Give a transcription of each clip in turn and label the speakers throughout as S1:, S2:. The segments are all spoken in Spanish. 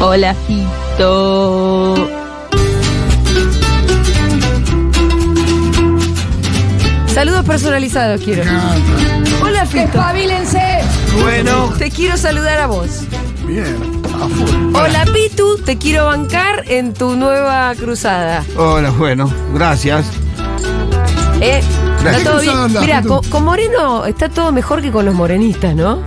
S1: Hola, Fito.
S2: Saludos personalizados quiero. Hola, Fito.
S3: ¡Espabilense!
S4: Bueno,
S2: Te quiero saludar a vos.
S4: bien, a full.
S2: Hola, Pitu. Te quiero bancar en tu nueva cruzada.
S4: Hola, bueno, gracias.
S2: ¿Eh? ¿Está
S4: Gracias.
S2: todo
S4: ¿Qué
S2: bien?
S4: cruzada andás,
S2: Mira,
S4: Pitu?
S2: con, con Moreno está todo mejor que con los morenistas, ¿no?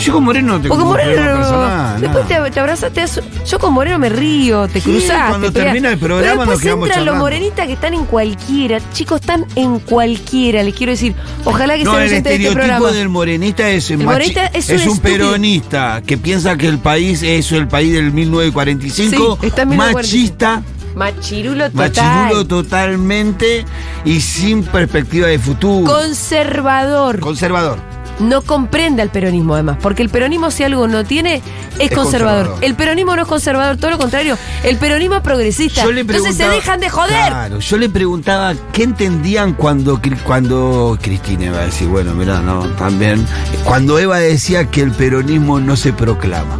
S4: Yo con Moreno no tengo
S2: Porque
S4: ningún
S2: Moreno.
S4: problema personal,
S2: después
S4: nada.
S2: te, te abrazaste. a su- Yo con Moreno me río, te
S4: Sí,
S2: cruzaste.
S4: cuando
S2: peleaste.
S4: termina el programa
S2: Pero después
S4: nos quedamos
S2: entran los
S4: charlando.
S2: morenistas que están en cualquiera. Chicos, están en cualquiera, les quiero decir. Ojalá que
S4: No,
S2: sean
S4: el
S2: oyentes de este
S4: estereotipo
S2: programa.
S4: del morenista es, machi-
S2: morenista es un
S4: un
S2: estúpido.
S4: peronista que piensa que el país es el país del 1945,
S2: Sí, está en 1945.
S4: machista,
S2: Machirulo total.
S4: machirulo totalmente y sin perspectiva de futuro.
S2: Conservador.
S4: Conservador.
S2: no comprende al peronismo además, porque el peronismo si algo no tiene es, conservador.
S4: conservador.
S2: El peronismo no es conservador, todo lo contrario, el peronismo es progresista.
S4: Yo le
S2: Entonces se
S4: preguntaba-
S2: dejan de joder.
S4: Claro, yo le preguntaba qué entendían cuando, Cri- cuando Cristina iba a decir, bueno, mirá, no, también. Cuando Eva decía que el peronismo no se proclama,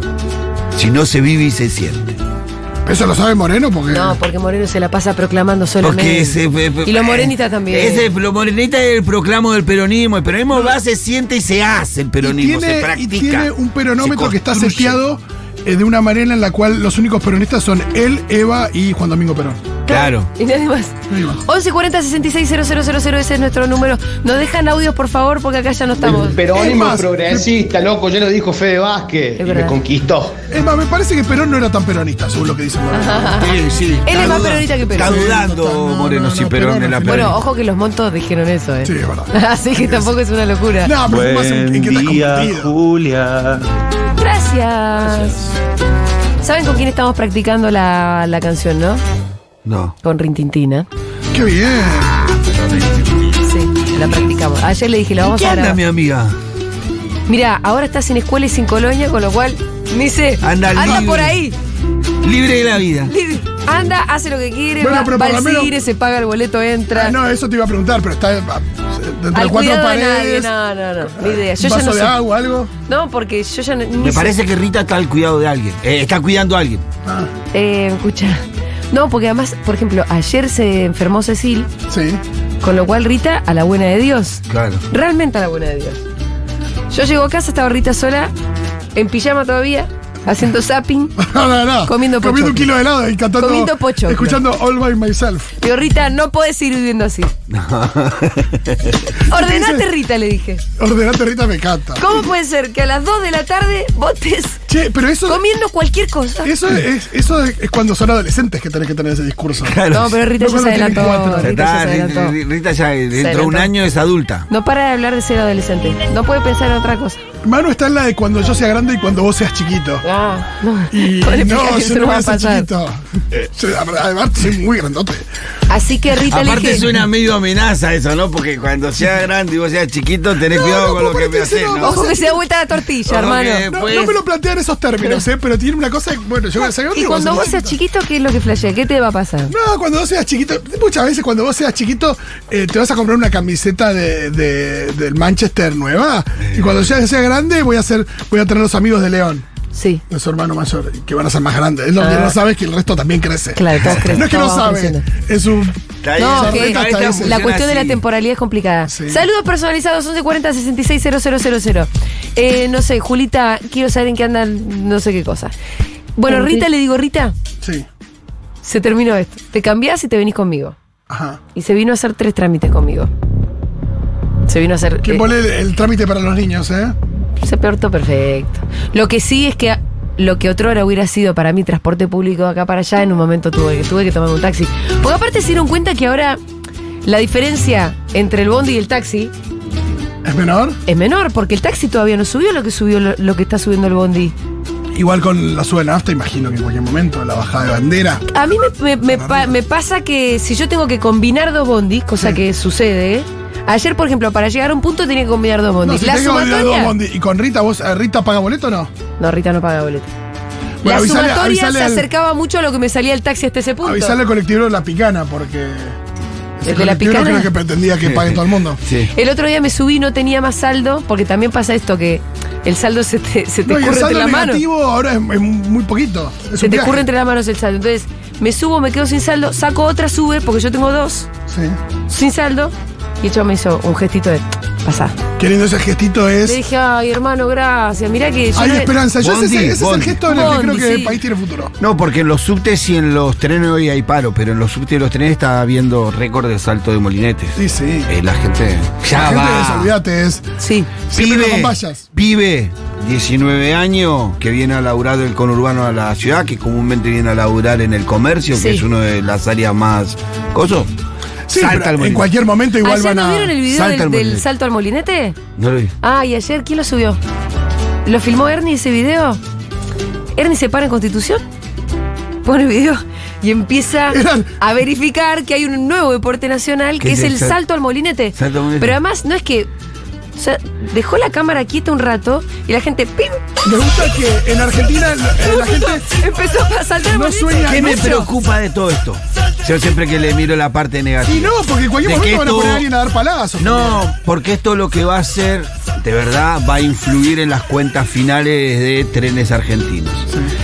S4: sino se vive y se siente.
S3: Eso lo sabe Moreno porque.
S2: No, porque Moreno se la pasa proclamando solamente.
S4: Porque ese-
S2: y los morenistas también.
S4: eh, Ese, lo morenista es el proclamo del peronismo. El peronismo va, se siente y se hace el peronismo,
S3: y tiene,
S4: se
S3: y
S4: practica.
S3: tiene un peronómetro
S4: se
S3: que está
S4: construye.
S3: seteado eh, de una manera en la cual los únicos peronistas son él, Eva y Juan Domingo Perón.
S4: Claro.
S2: Y nadie más.
S3: Nadie más.
S2: 1140 66 000, ese es nuestro número. Nos dejan audios, por favor, porque acá ya no estamos.
S5: Peronismo
S3: Es más,
S5: progresista, loco, ya lo dijo Fede Vázquez
S2: Es
S5: y
S2: verdad.
S5: me conquistó.
S3: Es más, me parece que Perón no era tan peronista, según lo que dice Moreno.
S4: Sí, sí.
S2: Él
S4: Está
S2: es más
S4: duda-
S2: peronista que
S4: Está
S2: peronista.
S4: dudando
S3: No, no,
S4: Moreno
S3: no,
S4: si
S3: no,
S4: Perón
S3: Perón
S4: es la
S3: no.
S2: Bueno,
S4: peronista.
S2: ojo que los montos dijeron eso, ¿eh?
S3: Sí, es verdad.
S2: Así que tampoco es una locura.
S3: No, pero es más en, en
S6: Buen
S3: qué estás
S6: día,
S3: convertido.
S6: Julia.
S2: Gracias. ¿Saben con quién estamos practicando la, la canción, no?
S4: No.
S2: Con Rintintina.
S3: Qué bien.
S2: Sí, la practicamos. Ayer le dije, la vamos
S4: ¿Qué
S2: a
S4: anda,
S2: grabar.
S4: mi amiga?
S2: Mira, ahora está sin escuela y sin colonia, con lo cual, ni sé,
S4: Anda libre.
S2: por ahí.
S4: Libre de la vida.
S2: Libre. Anda, hace lo que quiere,
S3: Bueno,
S2: va,
S3: pero
S2: va
S3: por
S2: al
S3: lo menos-
S2: cine, se paga el boleto, entra.
S3: Ah, no, eso te iba a preguntar, pero está eh, dentro
S2: al
S3: de cuatro
S2: cuidado
S3: paredes.
S2: de nadie, no, no, no, ni idea. Yo
S3: un
S2: ya
S3: vaso
S2: no
S3: de
S2: sé.
S3: agua, algo.
S2: No, porque yo ya no, ni
S4: Me
S2: sé.
S4: parece que Rita está al cuidado de alguien. Eh, está cuidando a alguien.
S3: Ah,
S2: Eh, escucha. No, porque además, por ejemplo, ayer se enfermó Cecil,
S3: sí.
S2: con lo cual Rita, a la buena de Dios,
S4: Claro.
S2: Realmente a la buena de Dios. Yo llego a casa, estaba Rita sola, en pijama todavía, haciendo zapping.
S3: No, no, no.
S2: Comiendo
S3: Comiendo
S2: pochoclo.
S3: un kilo de helado y cantando.
S2: Comiendo pochoclo.
S3: Escuchando All by Myself.
S2: Digo, Rita, no puedes seguir viviendo así. Ordenate, Rita, le dije.
S3: Ordenate Rita me encanta.
S2: ¿Cómo puede ser que a las 2 de la tarde vos estés
S3: Che, pero eso.
S2: comiendo cualquier cosa?
S3: Eso es, eso es es cuando son adolescentes que tenés que tener ese discurso.
S4: Claro.
S2: No, pero Rita
S3: No,
S2: ya se
S3: cuando tiene
S2: adelantó.
S3: cuatro.
S4: Ya
S2: Rita
S4: está,
S2: ya se
S4: Rita,
S2: adelantó.
S4: Rita ya dentro de un
S2: adelantó.
S4: año es adulta.
S2: No para de hablar de ser adolescente. No puede pensar en otra cosa.
S3: Manu está en la de cuando yo sea grande y cuando vos seas chiquito.
S2: Ah, no.
S3: Y
S2: ¿Cómo le explicas
S3: no,
S2: que
S3: yo no voy a ser chiquito. Yo, Además, soy muy grandote.
S2: Así que Rita le
S4: Aparte
S2: dije.
S4: suena medio amenaza eso, ¿no? Porque cuando seas grande y vos seas chiquito, tenés
S3: No,
S4: cuidado
S3: no,
S4: con lo
S3: ¿cómo
S4: que
S3: le
S4: me
S3: estoy
S4: haces, ¿no?
S3: diciendo?
S2: Ojo que se da vuelta la tortilla,
S4: Ojo
S2: hermano.
S4: que-
S3: No,
S4: Pues-
S3: no me lo plantean esos términos, ¿eh? Pero tiene una cosa. Bueno, yo voy a ser grande
S2: Y cuando vos
S3: seas
S2: seas chiquito, ¿qué es lo que flashea? ¿Qué te va a pasar?
S3: No, cuando vos seas chiquito, muchas veces cuando vos seas chiquito eh, te vas a comprar una camiseta de, de- del Manchester nueva y cuando ya sea grande voy a ser, voy a tener los amigos de León,
S2: Sí.
S3: de su hermano mayor, que van a ser más grandes. Es lo que no sabes que el resto también crece.
S2: Ah. Claro, todos crecen,
S3: No es que
S2: todos
S3: no
S2: vamos
S3: sabe,
S2: creciendo.
S3: es un...
S4: Está ahí,
S2: No,
S4: esa
S2: que
S4: reta
S3: la
S4: está-
S3: cuestión
S2: La
S4: funciona
S2: cuestión de la
S4: así.
S2: temporalidad es complicada.
S3: Sí.
S2: Saludos personalizados, 1140 660000. Eh, no sé, Julita, quiero saber en qué andan, no sé qué cosa. Bueno, Rita, le digo, Rita,
S3: Sí,
S2: se terminó esto. Te cambiás y te venís conmigo.
S3: ajá.
S2: Y se vino a hacer tres trámites conmigo. Se vino a hacer.
S3: ¿Quién
S2: eh,
S3: pone el, el trámite para los niños, eh?
S2: se portó perfecto. Lo que sí es que lo que otrora hubiera sido para mí transporte público de acá para allá, en un momento tuve que, tuve que tomar un taxi. Porque aparte se dieron cuenta que ahora la diferencia entre el bondi y el taxi
S3: ¿Es menor?
S2: es menor, porque el taxi todavía no subió lo que subió lo, lo que está subiendo el bondi.
S3: Igual con la suba de nafta, imagino que en cualquier momento, la bajada de bandera.
S2: A mí me, me- me pa- me pasa que si yo tengo que combinar dos bondis, cosa que sucede, ¿eh? Ayer, por ejemplo, para llegar a un punto tenía que combinar dos
S3: No,
S2: bondis.
S3: si
S2: la
S3: tenés que poner dos
S2: sumatoria.
S3: bondi- y con Rita, ¿vos, eh, ¿Rita paga boleto o no?
S2: No, Rita no paga boleto.
S3: Bueno,
S2: la
S3: avisale-
S2: sumatoria
S3: avisale
S2: se
S3: al-
S2: acercaba mucho a lo que me salía el taxi hasta ese punto.
S3: Avisarle al colectivo de la picana, porque. ese
S2: ¿El de la
S3: colectivo
S2: picana?
S3: creo que pretendía que pague todo el mundo.
S4: Sí.
S2: El otro día me subí, no tenía más saldo, porque también pasa esto que El saldo se te, se te
S3: No, y el
S2: escurre entre
S3: saldo
S2: la mano.
S3: negativo ahora es, es muy poquito. Es
S2: Se te
S3: un viaje.
S2: escurre entre las manos el saldo. Entonces, me subo, me quedo sin saldo, saco otra, sube, porque yo tengo dos,
S3: Sí.
S2: sin saldo. Y el chavo me hizo un gestito de pasá.
S3: Qué lindo ese gestito es.
S2: Le dije, ay, hermano, gracias. Mirá que yo.
S3: Hay
S2: no-
S3: esperanza. Yo ese-
S4: Bondi,
S3: ese, ese es el
S4: Bondi.
S3: gesto en el que
S2: Bondi,
S3: creo que el
S2: sí.
S3: país tiene futuro.
S4: No, porque en los subtes y en los trenes hoy hay paro, pero en los subtes y los trenes está habiendo récord de salto de molinetes.
S3: Sí, sí.
S4: Eh, la gente. Ya
S3: La gente
S4: va.
S3: desolvídate, es.
S2: Sí.
S3: Siempre con vallas.
S4: Pibe, 19 años, que viene a laburar del conurbano a la ciudad, que comúnmente viene a laburar en el comercio,
S2: Sí.
S4: que es una de las áreas más. ¿Coso?
S3: Sí,
S4: Salta
S3: pero
S4: al
S3: en
S4: molinete.
S3: cualquier momento igual
S2: ¿Ayer
S3: van
S2: no
S3: a.
S2: vieron el video
S4: salta
S2: del,
S4: al
S2: del
S4: molinete.
S2: salto al molinete?
S4: No lo vi.
S2: Ah, y ayer, ¿quién lo subió? ¿Lo filmó Ernie ese video? ¿Ernie se para en Constitución? Pone el video y empieza
S3: Eran-
S2: a verificar que hay un nuevo deporte nacional que
S4: ¿Qué
S2: es
S4: es
S2: el
S4: el sal-
S2: salto al molinete.
S4: salto al molinete?
S2: Pero además, no es que. O sea, dejó la cámara quieta un rato y la gente ¡pim!
S3: Me gusta que en Argentina eh, la gente.
S2: empezó a saltar al
S3: No
S2: molinete.
S3: sueña-
S4: ¿Qué me
S3: Nacho.
S4: preocupa de todo esto? Yo siempre que le miro la parte negativa.
S3: Y no, porque en cualquier
S4: ¿De qué
S3: momento van a poner
S4: esto-
S3: a alguien a dar palazos.
S4: No, porque esto lo que va a hacer, de verdad, va a influir en las cuentas finales de trenes argentinos.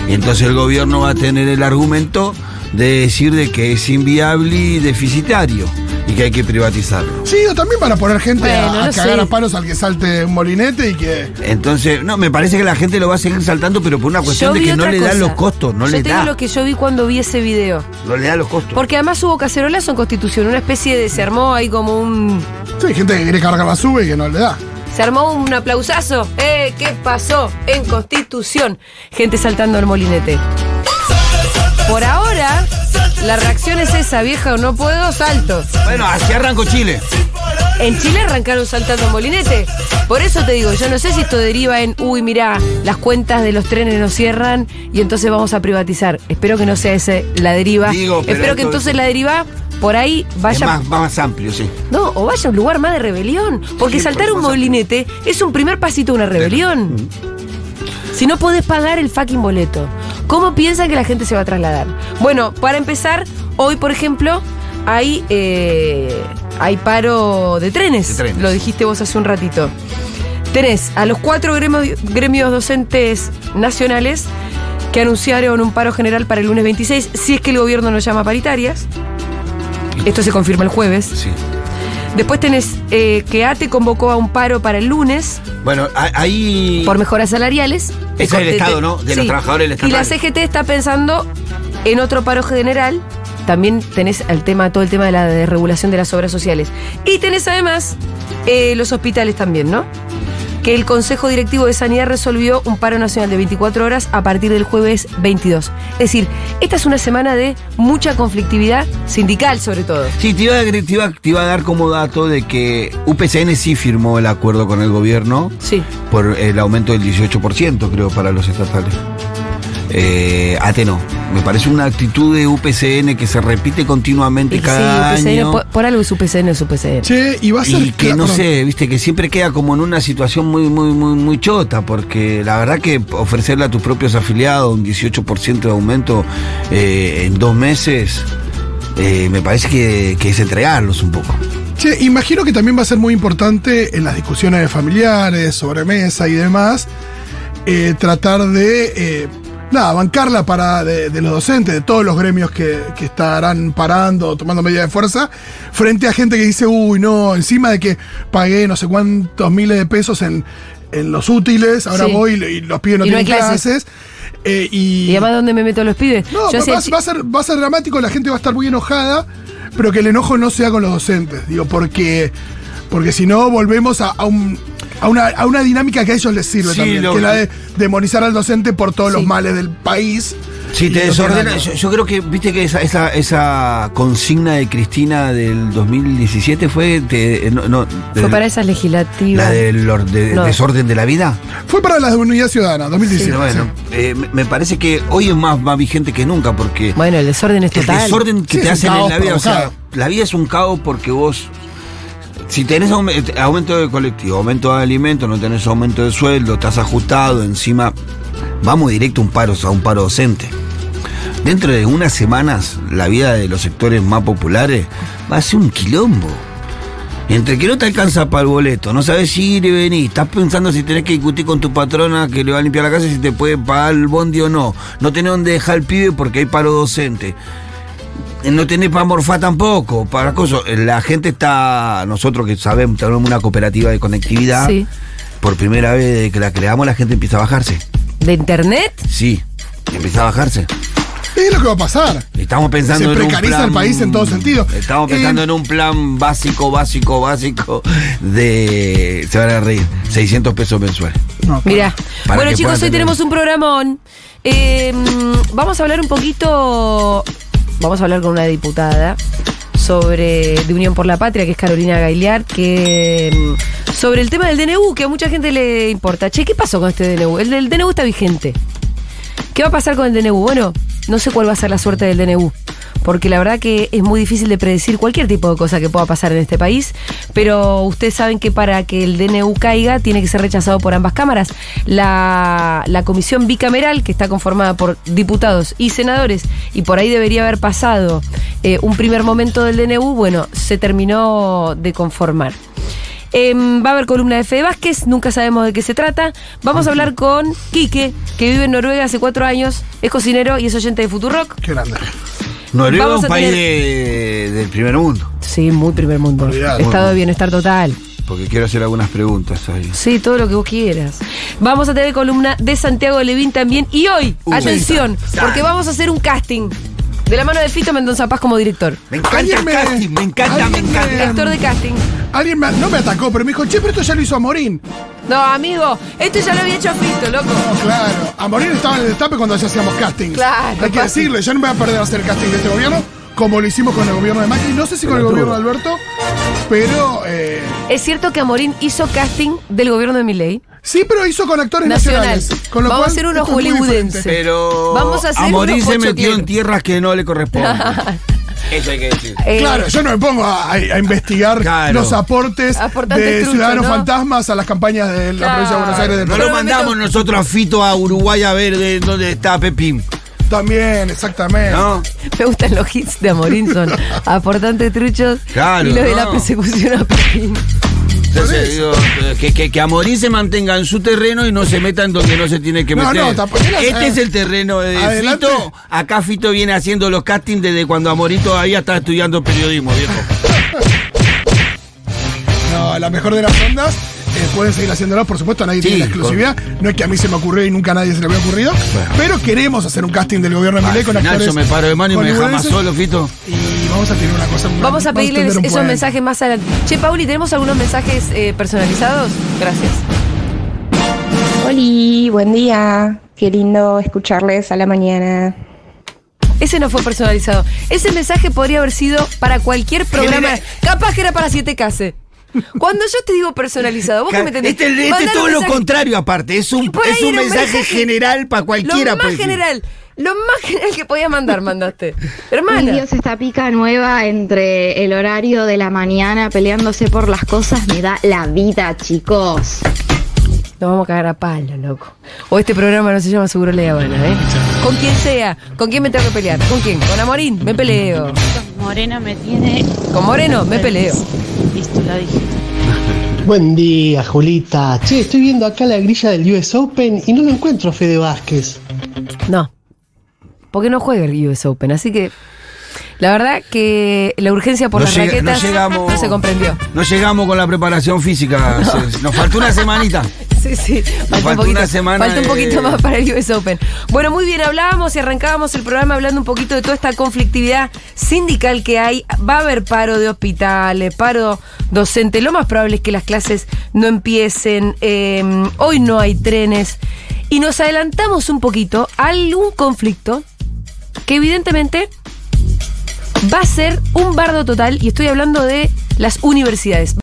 S4: Y entonces el gobierno va a tener el argumento de decir de que es inviable y deficitario y que hay que privatizarlo.
S3: Sí, o también para poner gente a-
S2: Bueno,
S3: a,
S2: no
S3: cagar
S2: sé.
S3: a palos al que salte un molinete y que.
S4: Entonces, no, me parece que la gente lo va a seguir saltando, pero por una cuestión
S2: Yo
S4: de
S2: vi
S4: que no
S2: otra
S4: le
S2: cosa.
S4: dan los costos, no
S2: yo
S4: le
S2: te digo
S4: da.
S2: lo que yo vi cuando vi ese video.
S4: No le da los costos.
S2: Porque además hubo cacerolazo en Constitución, una especie de. Se armó ahí como un.
S3: Sí, hay gente que quiere cargar la sube y que no le da.
S2: Se armó un aplausazo. Eh, ¿Qué pasó en Constitución? Gente saltando al molinete. Por ahora, la reacción es esa, vieja, no puedo, salto.
S4: Bueno, así arrancó Chile.
S2: En Chile arrancaron saltando al molinete. Por eso te digo, yo no sé si esto deriva en, uy, mirá, las cuentas de los trenes nos cierran y entonces vamos a privatizar. Espero que no sea esa la deriva.
S4: Digo, pero
S2: Espero que
S4: esto-
S2: entonces la deriva por ahí
S4: Es
S2: vaya
S4: más, más amplio, sí.
S2: No, o vaya a un lugar más de rebelión. Porque
S4: Sí,
S2: saltar
S4: por
S2: un
S4: supuesto. Mm.
S2: molinete es un primer pasito de una rebelión. Si no podés pagar el fucking boleto, ¿cómo piensan que la gente se va a trasladar? Bueno, para empezar, hoy, por ejemplo, hay, eh, hay paro de trenes.
S4: De trenes.
S2: Lo dijiste vos hace un ratito. Tenés a los cuatro gremios, gremios docentes nacionales que anunciaron un paro general para el lunes 26, si es que el gobierno no llama paritarias. Esto se confirma el jueves.
S4: Sí.
S2: Después tenés eh, que ATE convocó a un paro para el lunes
S4: Bueno, a- ahí.
S2: por mejoras salariales.
S4: es
S2: Te-
S4: del
S2: te-
S4: Estado, ¿no? De los trabajadores del
S2: Y la
S4: estatal.
S2: CGT está pensando en otro paro general. También tenés el tema, todo el tema de la desregulación de las obras sociales. Y tenés además eh, los hospitales también, ¿no? Que el Consejo Directivo de Sanidad resolvió un paro nacional de 24 horas a partir del jueves 22. Es decir, esta es una semana de mucha conflictividad sindical, sobre todo.
S4: Sí, te iba, a, agre- te iba a- te iba a dar como dato de que UPCN sí firmó el acuerdo con el gobierno
S2: Sí.
S4: por el aumento del 18%, creo, para los estatales. Eh, ATE no. Me parece una actitud de UPCN que se repite continuamente
S2: Y
S4: cada
S2: sí, UPCN,
S4: año.
S2: por, por algo es UPCN, es UPCN.
S3: Che, y va a ser.
S4: Y que
S3: la-
S4: no
S3: perdón.
S4: sé, viste, que siempre queda como en una situación muy, muy, muy, muy chota, porque la verdad que ofrecerle a tus propios afiliados un 18% de aumento eh, en dos meses, eh, me parece que, que es entregarlos un poco.
S3: Che, imagino que también va a ser muy importante en las discusiones familiares, sobremesa y demás, eh, tratar de, eh, nada, bancarla para de, de los docentes, de todos los gremios que, que estarán parando, o tomando medidas de fuerza, frente a gente que dice, uy, no, encima de que pagué no sé cuántos miles de pesos en, en los útiles, ahora
S2: Sí.
S3: voy y, lo- y los pibes no
S2: Y no hay
S3: tienen clases.
S2: clases.
S3: eh,
S2: Y además, ¿dónde me meto a los pibes?
S3: No,
S2: Yo
S3: va,
S2: hacía
S3: va-
S2: chi-
S3: va a ser, va a ser dramático, la gente va a estar muy enojada, pero que el enojo no sea con los docentes, digo, porque, porque si no volvemos a, a un- a una, a una dinámica que a ellos les sirve
S4: Sí,
S3: también,
S4: lo-
S3: que es la de demonizar al desmonizar al docente por todos los
S2: Sí.
S3: males del país.
S4: Sí,
S3: Y
S4: te
S3: no
S4: desordena.
S3: nada.
S4: Yo, yo creo que, viste que esa, esa, esa consigna de Cristina del 2017 fue. te- no, no,
S2: Fue
S4: del-
S2: para esas legislativas.
S4: La del or- de-
S2: No.
S4: desorden de la vida.
S3: Fue para la Unidad Ciudadana, 2017.
S4: Pero bueno, eh, me- me parece que hoy es más, más vigente que nunca, porque.
S2: Bueno, el desorden es
S4: El
S2: total.
S4: desorden que
S3: Sí,
S4: te
S3: es un
S4: hacen en
S3: caos
S4: la vida. O sea,
S3: provocado.
S4: la vida es un caos porque vos. Si tenés aume- aumento de colectivo, aumento de alimentos, no tenés aumento de sueldo, estás ajustado, encima. Vamos directo a un paro, a un paro docente. Dentro de unas semanas, la vida de los sectores más populares va a ser un quilombo. Entre que no te alcanza para el boleto, no sabes ir y venir, estás pensando si tenés que discutir con tu patrona que le va a limpiar la casa si te puede pagar el bondi o no. No tenés dónde dejar el pibe porque hay paro docente. Eh, No tenés para morfar tampoco, para cosas. La gente está, nosotros que sabemos, tenemos una cooperativa de conectividad.
S2: Sí.
S4: Por primera vez desde que la creamos, la gente empieza a bajarse.
S2: ¿De internet?
S4: Sí, empieza a bajarse.
S3: Es lo que va a pasar.
S4: Estamos pensando
S3: Se
S4: en un
S3: precariza
S4: plan-
S3: el país en todo sentido.
S4: Estamos pensando
S3: Eh,
S4: en un plan básico, básico, básico de. Se van a reír. 600 pesos mensuales.
S3: No,
S2: Mirá.
S4: Para
S2: bueno,
S4: que
S2: chicos,
S4: puedan
S2: hoy
S4: tener-
S2: tenemos un programón. Eh, mm, vamos a hablar un poquito. Vamos a hablar con una diputada sobre de Unión por la Patria, que es Carolina Gailiar, que mm, sobre el tema del DNU, que a mucha gente le importa. Che, ¿qué pasó con este DNU? El, el DNU está vigente. ¿Qué va a pasar con el DNU? Bueno, no sé cuál va a ser la suerte del DNU, porque la verdad que es muy difícil de predecir cualquier tipo de cosa que pueda pasar en este país, pero ustedes saben que para que el DNU caiga tiene que ser rechazado por ambas cámaras. La, la comisión bicameral, que está conformada por diputados y senadores, y por ahí debería haber pasado eh, un primer momento del DNU, bueno, se terminó de conformar. Em, va a haber columna de Fede Vázquez, nunca sabemos de qué se trata. Vamos a hablar con Quique, que vive en Noruega hace cuatro años, es cocinero y es oyente de Futurock.
S3: Qué grande.
S4: Noruega es
S2: Vamos
S4: un
S2: a
S4: país
S2: tener-
S4: de- del primer mundo.
S2: Sí, muy primer mundo.
S3: Olvidado.
S2: Estado de bienestar total.
S4: Porque quiero hacer algunas preguntas ahí.
S2: Sí, todo lo que vos quieras. Vamos a tener columna de Santiago Levín también. Y hoy,
S4: Uy.
S2: atención, porque vamos a hacer un casting de la mano de Fito Mendonza Paz como director.
S4: Me encanta
S3: Alguien
S4: el
S3: me-
S4: casting, me encanta, me
S3: alguien me-
S4: encanta.
S2: Director de casting.
S3: Alguien me- no me atacó, pero me dijo, che, pero esto ya lo hizo Amorín.
S2: No, amigo, esto ya lo había hecho Fito, loco.
S3: Claro, Amorín estaba en el destape cuando ya hacíamos castings.
S2: Claro,
S3: Hay que
S2: papi.
S3: decirle, yo no me voy a perder hacer el casting de este gobierno, como lo hicimos con el gobierno de Macri, no sé si con el
S4: Pelotudo.
S3: gobierno de Alberto, pero eh,
S2: Es cierto que Amorín hizo casting del gobierno de Milei.
S3: sí, pero hizo con actores
S2: Nacional.
S3: nacionales. Con lo
S2: Vamos
S3: cual,
S2: a hacer uno
S3: esto es muy
S2: hollywoodense.
S3: diferente.
S4: Pero.
S2: Vamos a hacer
S4: Amorín
S2: unos
S4: se metió
S2: pochocleros.
S4: en tierras que no le corresponden. Eso hay que decir.
S2: Eh,
S3: Claro, yo no me pongo a, a- a investigar
S4: Claro.
S3: los aportes
S2: Aportantes
S3: de
S2: truchos,
S3: Ciudadanos
S2: ¿no?
S3: Fantasmas a las campañas de la
S2: Claro.
S3: provincia de Buenos Aires. del
S4: No
S2: Pero
S4: lo
S2: me
S4: mandamos
S2: meto-
S4: nosotros a Fito a Uruguay a ver de dónde está Pepín.
S3: También, exactamente.
S4: ¿No?
S2: Me gustan los hits de Amorín, son aportantes truchos
S4: Claro,
S2: y los de la
S4: no.
S2: persecución a Pepín.
S4: Entonces, digo, eh, que, que, que Amorín se mantenga en su terreno y no se meta en donde no se tiene que
S3: No,
S4: meter.
S3: no, tampoco- era-
S4: este es el terreno de
S3: Adelante.
S4: Fito. Acá Fito viene haciendo los castings desde cuando Amorín todavía está estudiando periodismo, viejo.
S3: No, la mejor de las ondas. eh, pueden seguir haciéndolo, por supuesto, nadie
S4: Sí,
S3: tiene la exclusividad. No es que a mí se me ocurrió y nunca a nadie se le había ocurrido.
S4: Bueno.
S3: Pero queremos hacer un casting del gobierno de Milei
S4: Al
S3: con
S4: final
S3: actores.
S4: yo me paro de mano y me deja más
S3: hollywoodenses.
S4: solo, Fito.
S3: Y vamos a tener una cosa.
S2: Vamos a pedirle
S3: tender un
S2: esos
S3: puente.
S2: mensajes más adelante. Che, Pauli, ¿tenemos algunos mensajes eh, personalizados? Gracias.
S6: Hola, buen día. Qué lindo escucharles a la mañana.
S2: Ese no fue personalizado. Ese mensaje podría haber sido para cualquier programa.
S4: Genera-
S2: Capaz que era para 7K. Cuando yo te digo personalizado, vos que me entendés.
S4: Este, este
S2: Mandar
S4: es
S2: un
S4: todo lo
S2: mensaje-
S4: contrario, aparte. Es
S2: Y
S4: un,
S2: por
S4: es
S2: ahí
S4: un
S2: era
S4: mensaje, general para cualquiera.
S2: Lo más
S4: pues.
S2: general. Lo más general que podías mandar, mandaste.
S7: Ay,
S2: Hermana.
S7: Dios, esta pica nueva entre el horario de la mañana peleándose por las cosas me da la vida, chicos.
S2: Nos vamos a cagar a palo, loco. O este programa no se llama Seguro La Habana, ¿eh? Con quien sea, ¿con quién me tengo que pelear? ¿Con quién? ¿Con Amorín? Me peleo.
S8: Morena me tiene.
S2: Con Moreno, me peleo.
S8: Listo, lo dije.
S9: Buen día, Julita. Che, estoy viendo acá la grilla del US Open y no lo encuentro a Fede Vázquez.
S2: No. Porque no juega el US Open. Así que la verdad que la urgencia por
S4: No
S2: las
S4: llega- no
S2: raquetas
S4: llegamos.
S2: se comprendió.
S4: No llegamos con la preparación física. se- Nos faltó una semanita.
S2: Sí, sí. Falta un
S4: faltó
S2: poquito,
S4: una semana
S2: falta un
S4: de-
S2: poquito más para el US Open. Bueno, muy bien, hablábamos y arrancábamos el programa hablando un poquito de toda esta conflictividad sindical que hay. Va a haber paro de hospitales, paro docente. Lo más probable es que las clases no empiecen. eh, hoy no hay trenes. Y nos adelantamos un poquito a algún conflicto que evidentemente va a ser un bardo total. Y estoy hablando de las universidades.